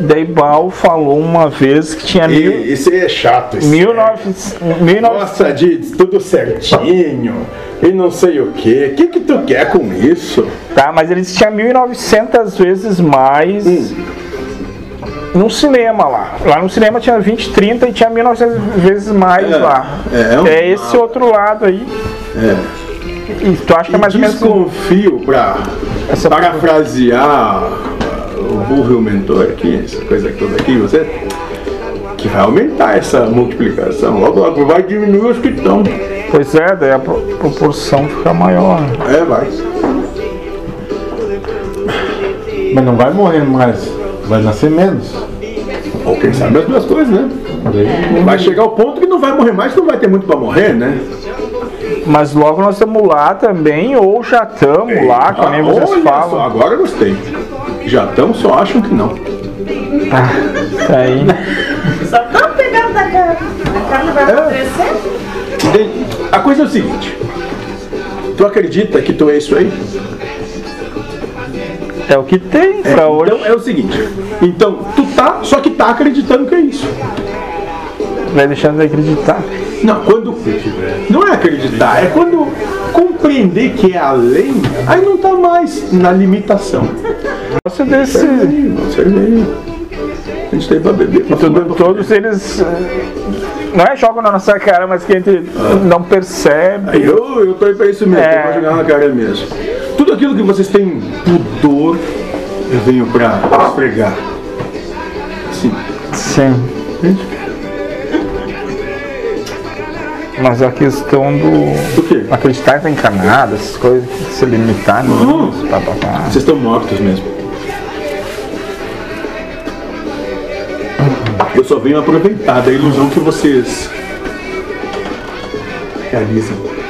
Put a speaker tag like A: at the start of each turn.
A: Daí Bal falou uma vez que tinha mil,
B: E, isso aí é chato. Isso
A: mil
B: é.
A: nove- mil nove-
B: Nossa, diz tudo certinho e não sei o que. O que que tu quer com isso?
A: tá? Mas eles tinham 1900 vezes mais
B: Hum.
A: no cinema lá. Lá no cinema tinha 20, 30 e tinha 1900 vezes mais
B: É,
A: lá.
B: é um-
A: esse outro lado aí.
B: É.
A: E tu acha que é mais ou menos
B: Desconfio pra
A: Essa-
B: parafrasear o burro e o mentor aqui, essa coisa toda aqui, você que vai aumentar essa multiplicação. Logo, logo vai diminuir os que estão.
A: Pois é, daí a pro- proporção fica maior.
B: É, vai.
C: Mas não vai morrer mais, vai nascer menos.
B: Ou quem sabe as duas coisas, né?
C: Daí,
B: Vai chegar o ponto que não vai morrer mais, não vai ter muito pra morrer, né?
A: Mas logo nós estamos lá também, ou já estamos lá, que nem vocês
B: Ah, Olha
A: falam.
B: só, agora eu gostei. Já estão, só acham que não.
A: Tá aí.
D: Só estamos pegando da carne. A carne vai apodrecer?
B: Tem- A coisa é o seguinte. Tu acredita que tu é isso aí?
A: É o que tem pra hoje.
B: Então é o seguinte. Então, tu tá, só que tá acreditando que é isso. então-
A: Vai deixando de acreditar.
B: Não, quando. Não é acreditar, é quando compreender que é além, aí não tá mais na limitação. É,
A: Nossa, desse.
B: Serve aí, irmão, serve aí. A gente tem pra beber. pra fumar, pra-
A: Todos eles. eh, Não é jogo na nossa cara, mas que a gente não percebe.
B: Aí eu, eu tô aí pra isso mesmo,
A: É.
B: eu vou jogar na cara mesmo. Tudo aquilo que vocês têm pudor, eu venho pra esfregar. Sim.
A: Sim. Mas a questão do.
B: O quê?
A: Acreditar em encarnado, essas coisas, se limitar, né? não.
B: Uhum.
A: Pá, pá, pá.
B: Vocês estão mortos mesmo. Eu só venho aproveitar da ilusão que vocês realizam.